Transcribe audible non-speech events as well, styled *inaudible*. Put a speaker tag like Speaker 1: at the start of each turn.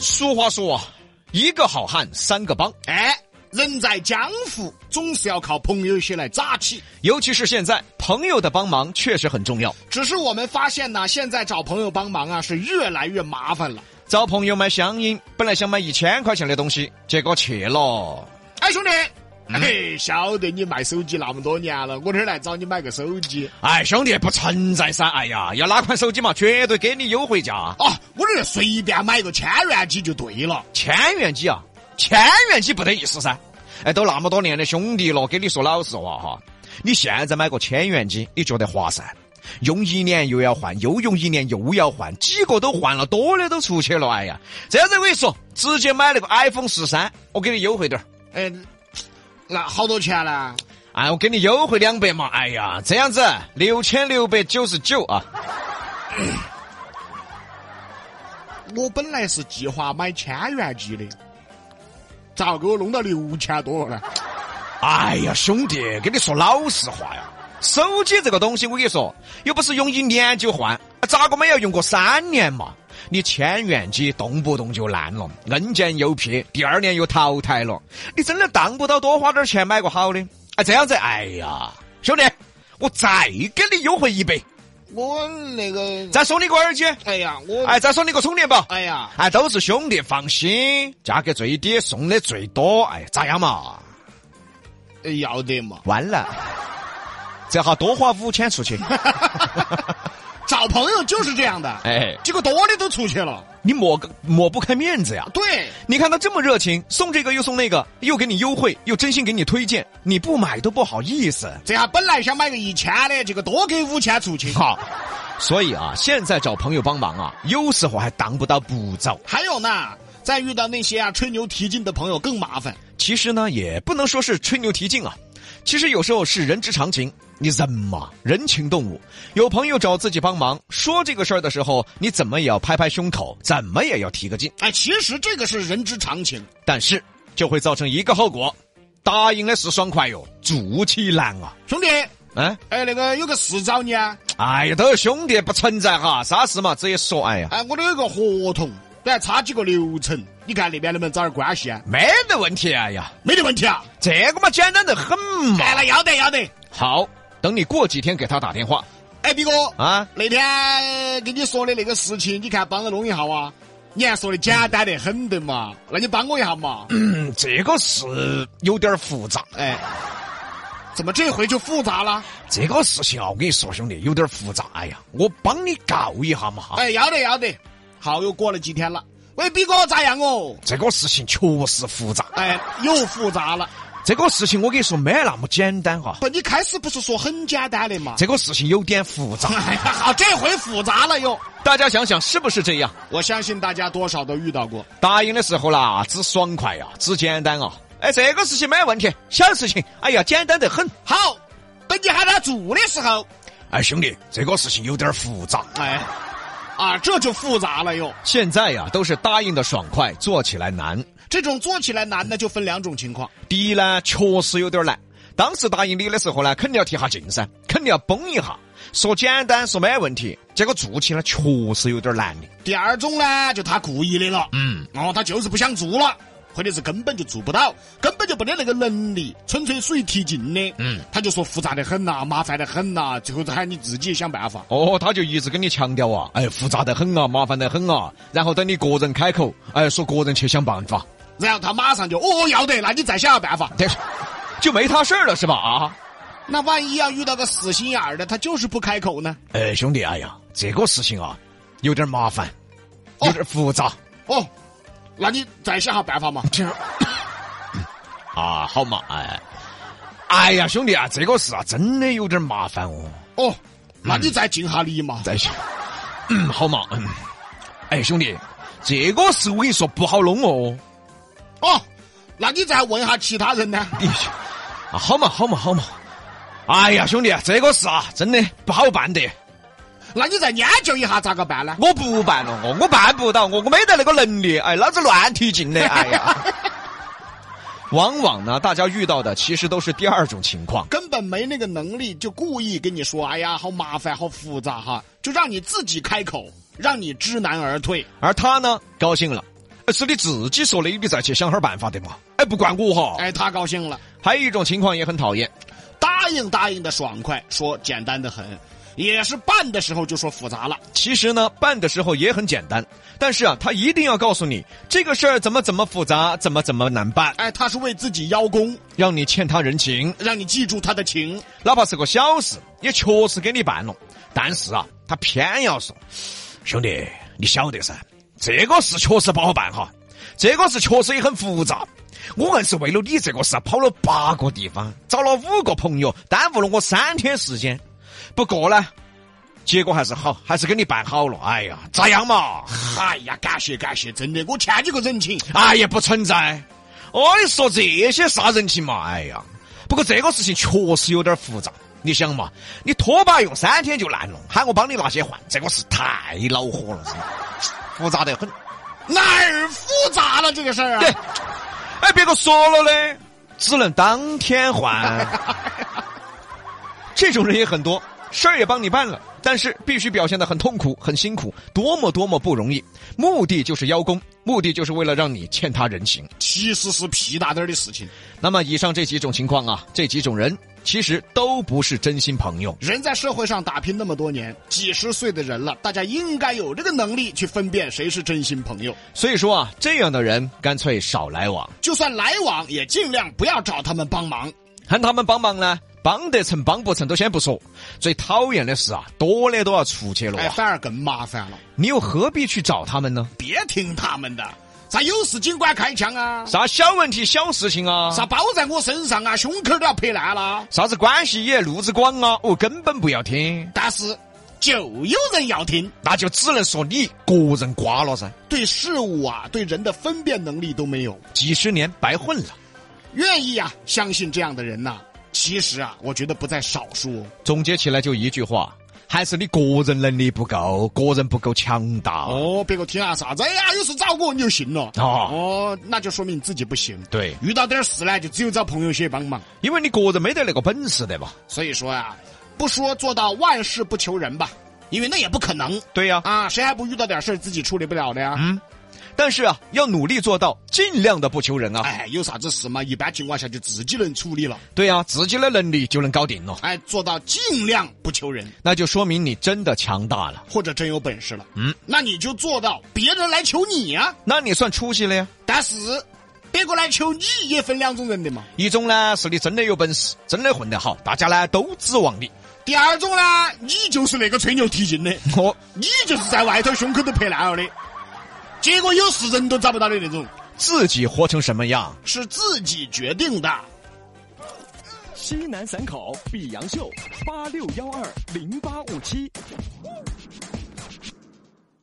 Speaker 1: 俗话说啊，一个好汉三个帮，
Speaker 2: 哎，人在江湖，总是要靠朋友一起来扎起。
Speaker 1: 尤其是现在，朋友的帮忙确实很重要。
Speaker 2: 只是我们发现呢，现在找朋友帮忙啊，是越来越麻烦了。
Speaker 1: 找朋友买香烟，本来想买一千块钱的东西，结果去了。
Speaker 2: 哎，兄弟，嘿，晓得你卖手机那么多年了，我这儿来找你买个手机。
Speaker 1: 哎，兄弟，不存在噻！哎呀，要哪款手机嘛，绝对给你优惠价。
Speaker 2: 哦，我这儿随便买个千元机就对了。
Speaker 1: 千元机啊，千元机不得意思噻！哎，都那么多年的兄弟了，跟你说老实话哈，你现在买个千元机，你觉得划算？用一年又要换，又用一年又要换，几个都换了，多的都出去了。哎呀，这样子我跟你说，直接买那个 iPhone 十三，我给你优惠点儿。
Speaker 2: 哎，那好多钱呢？
Speaker 1: 哎，我给你优惠两百嘛。哎呀，这样子六千六百九十九啊。
Speaker 2: 我本来是计划买千元机的，咋给我弄到六千多了呢？
Speaker 1: 哎呀，兄弟，跟你说老实话呀，手机这个东西，我跟你说，又不是用一年就换，咋个嘛要用个三年嘛。你千元机动不动就烂了，按键又撇，第二年又淘汰了，你真的当不到多花点钱买个好的？哎，这样子，哎呀，兄弟，我再给你优惠一百，
Speaker 2: 我那个，
Speaker 1: 再送你个耳机，
Speaker 2: 哎呀，我
Speaker 1: 哎，再送你个充电宝，
Speaker 2: 哎呀，
Speaker 1: 哎，都是兄弟，放心，价格最低，送的最多，哎，咋样嘛？
Speaker 2: 哎要得嘛。
Speaker 1: 完了，这下多花五千出去。
Speaker 2: 找朋友就是这样的，
Speaker 1: *laughs* 哎，
Speaker 2: 结果多的都出去了。
Speaker 1: 你抹个抹不开面子呀！
Speaker 2: 对，
Speaker 1: 你看他这么热情，送这个又送那个，又给你优惠，又真心给你推荐，你不买都不好意思。
Speaker 2: 这下本来想买个一千的，结果多给五千出去。
Speaker 1: 好，所以啊，现在找朋友帮忙啊，有时候还当不到不找。
Speaker 2: 还有呢，再遇到那些啊吹牛提劲的朋友更麻烦。
Speaker 1: 其实呢，也不能说是吹牛提劲啊，其实有时候是人之常情。你人嘛，人情动物，有朋友找自己帮忙，说这个事儿的时候，你怎么也要拍拍胸口，怎么也要提个劲。
Speaker 2: 哎，其实这个是人之常情。
Speaker 1: 但是就会造成一个后果：答应的是爽快哟，做起难啊！
Speaker 2: 兄弟，
Speaker 1: 嗯，
Speaker 2: 哎，那个有个事找你啊，
Speaker 1: 哎呀，都是兄弟不存在哈，啥事嘛直接说。哎呀，
Speaker 2: 哎，我这有个合同，本来差几个流程，你看那边能不能找点关系啊？
Speaker 1: 没得问题。哎呀，
Speaker 2: 没得问题啊。
Speaker 1: 这个嘛简单得很嘛。
Speaker 2: 哎，那要得要得。
Speaker 1: 好，等你过几天给他打电话
Speaker 2: 哎，毕哥，
Speaker 1: 啊。
Speaker 2: 那天跟你说的那个事情，你看帮着弄一下啊。你还说的简单得很的嘛，那你帮我一下嘛。
Speaker 1: 嗯，这个事有点复杂。
Speaker 2: 哎，怎么这回就复杂了？
Speaker 1: 这个事情啊，我跟你说，兄弟，有点复杂。哎呀，我帮你告一下嘛哈。
Speaker 2: 哎，要得要得。好，又过了几天了。喂，比哥咋样哦？
Speaker 1: 这个事情确实复杂。
Speaker 2: 哎，又复杂了。
Speaker 1: 这个事情我跟你说没那么简单哈、
Speaker 2: 不，你开始不是说很简单的嘛？ *laughs*
Speaker 1: 这个事情有点复杂。
Speaker 2: 哎呀，好，这回复杂了又。
Speaker 1: 大家想想是不是这样？
Speaker 2: 我相信大家多少都遇到过。
Speaker 1: 答应的时候啦，只爽快呀、只简单啊。哎，这个事情没问题，小事情，哎呀，简单得很。
Speaker 2: 好，等你喊他做的时候，
Speaker 1: 哎，兄弟，这个事情有点复杂。
Speaker 2: 哎，啊，这就复杂了又。
Speaker 1: 现在呀、都是答应的爽快，做起来难。
Speaker 2: 这种做起来难呢，就分两种情况。
Speaker 1: 第一呢，确实有点难。当时答应你的时候呢，肯定要提下劲噻，肯定要绷一下。说简单，说没问题，结果做起来确实有点难的。
Speaker 2: 第二种呢，就他故意的了。
Speaker 1: 嗯，
Speaker 2: 哦，他就是不想做了，或者是根本就做不到，根本就没得那个能力，纯粹属于提劲的。
Speaker 1: 嗯，
Speaker 2: 他就说复杂的很呐、麻烦的很呐、最后喊你自己想办法。
Speaker 1: 哦，他就一直跟你强调啊，哎，复杂得很啊，麻烦得很啊。然后等你个人开口，哎，说个人去想办法。
Speaker 2: 然后他马上就哦要得，那你再想下办法。
Speaker 1: 但是就没他事儿了是吧？啊，
Speaker 2: 那万一要遇到个死心眼儿的，他就是不开口呢？
Speaker 1: 哎，兄弟，哎呀，这个事情啊，有点麻烦，
Speaker 2: 哦
Speaker 1: 有点复杂、 *coughs*
Speaker 2: 哦，那你再想下办法嘛。
Speaker 1: 这样啊，好嘛，哎，哎呀，兄弟啊，这个事啊，真的有点麻烦哦。
Speaker 2: 哦，那你再尽下力嘛。
Speaker 1: 再想，嗯，好嘛，嗯，哎，兄弟，这个事我跟你说不好弄哦。
Speaker 2: 哦，那你再问下其他人呢？
Speaker 1: 你啊，好嘛，好嘛，好嘛。哎呀，兄弟，这个事啊，真的不好办的。
Speaker 2: 那你再研究一下咋个办呢？
Speaker 1: 我不办了，我我办不到，我我没得那个能力。哎，老子乱提劲的。哎呀，往往呢，大家遇到的其实都是第二种情况。
Speaker 2: 根本没那个能力，就故意跟你说：“哎呀，好麻烦，好复杂哈！”就让你自己开口，让你知难而退。
Speaker 1: 而他呢，高兴了，是你自己说的，你再去想哈儿办法的嘛。哎，不怪我哈。
Speaker 2: 哎，他高兴了，
Speaker 1: 还有一种情况也很讨厌，
Speaker 2: 答应答应的爽快，说简单的很，也是办的时候就说复杂了。
Speaker 1: 其实呢，办的时候也很简单，但是啊，他一定要告诉你这个事儿怎么怎么复杂，怎么怎么难办，
Speaker 2: 哎，他是为自己邀功，
Speaker 1: 让你欠他人情，
Speaker 2: 让你记住他的情。
Speaker 1: 哪怕是个小事，也确实给你办了。但是啊，他偏要说，兄弟，你晓得噻，这个事确实不好办哈，这个事确实也很复杂。我硬是为了你这个事跑了八个地方，找了五个朋友，耽误了我三天时间。不过呢，结果还是好，还是给你办好了。哎呀，咋样嘛？
Speaker 2: 哎呀，感谢感谢，真的，我欠你个人情。
Speaker 1: 哎呀，不存在。哦，你说这些啥人情嘛？哎呀，不过这个事情确实有点复杂。你想嘛，你拖把用三天就烂了，喊我帮你拿些换，这个事太恼火了，复杂得很。
Speaker 2: 哪儿复杂了这个事儿
Speaker 1: 对
Speaker 2: 啊？，
Speaker 1: 哎，别个说了嘞，只能当天换。这种人也很多，事儿也帮你办了，但是必须表现得很痛苦、很辛苦，多么多么不容易。目的就是邀功，目的就是为了让你欠他人情。
Speaker 2: 其实是屁大点儿的事情。
Speaker 1: 那么以上这几种情况啊，这几种人其实都不是真心朋友。
Speaker 2: 人在社会上打拼那么多年，几十岁的人了，大家应该有这个能力去分辨谁是真心朋友。
Speaker 1: 所以说啊，这样的人干脆少来往，
Speaker 2: 就算来往，也尽量不要找他们帮忙。
Speaker 1: 喊他们帮忙呢，帮得成帮不成都先不说。最讨厌的是啊，多的都要出去了
Speaker 2: 哎，
Speaker 1: 啊，
Speaker 2: 反而更麻烦了。
Speaker 1: 你又何必去找他们呢？
Speaker 2: 别听他们的，咱有事尽管开枪啊！
Speaker 1: 啥小问题、小事情啊，
Speaker 2: 啥包在我身上啊，胸口都要拍烂了。
Speaker 1: 啥子关系也路子广啊，我根本不要听，
Speaker 2: 但是就有人要听，
Speaker 1: 那就只能说你个人瓜了噻，
Speaker 2: 对事物啊，对人的分辨能力都没有。
Speaker 1: 几十年白混了。
Speaker 2: 愿意啊，相信这样的人呐、其实啊，我觉得不在少数哦。
Speaker 1: 总结起来就一句话，还是你个人能力不够，个人不够强大。
Speaker 2: 哦，别个听啊啥子，哎呀，有事找我你就信了。
Speaker 1: 哦
Speaker 2: 哦，那就说明你自己不行。
Speaker 1: 对
Speaker 2: 遇到点事呢，就只有找朋友些帮忙。
Speaker 1: 因为你个人没得那个本事的嘛。
Speaker 2: 所以说啊，不说做到万事不求人吧，因为那也不可能
Speaker 1: 对呀、
Speaker 2: 啊，谁还不遇到点事儿自己处理不了的呀？
Speaker 1: 但是啊，要努力做到，尽量的不求人啊。
Speaker 2: 哎，有啥子事嘛，一般情况下就自己能处理了。
Speaker 1: 对呀、自己的能力就能搞定了，
Speaker 2: 哎，做到尽量不求人，
Speaker 1: 那就说明你真的强大了。
Speaker 2: 或者真有本事了。嗯，那你就做到别人来求你呀、
Speaker 1: 那你算出息了呀。
Speaker 2: 但是别个来求你也分两种人的嘛。
Speaker 1: 一种呢是你真的有本事，真的混得好，大家呢都指望你。
Speaker 2: 第二种呢，你就是那个吹牛提劲的，
Speaker 1: 哦，
Speaker 2: 你就是在外头胸口都拍烂了的，结果有事人都找不到的那种，
Speaker 1: 自己活成什么样，
Speaker 2: 是自己决定的。
Speaker 3: 西南散口碧阳秀八六幺二零八五七。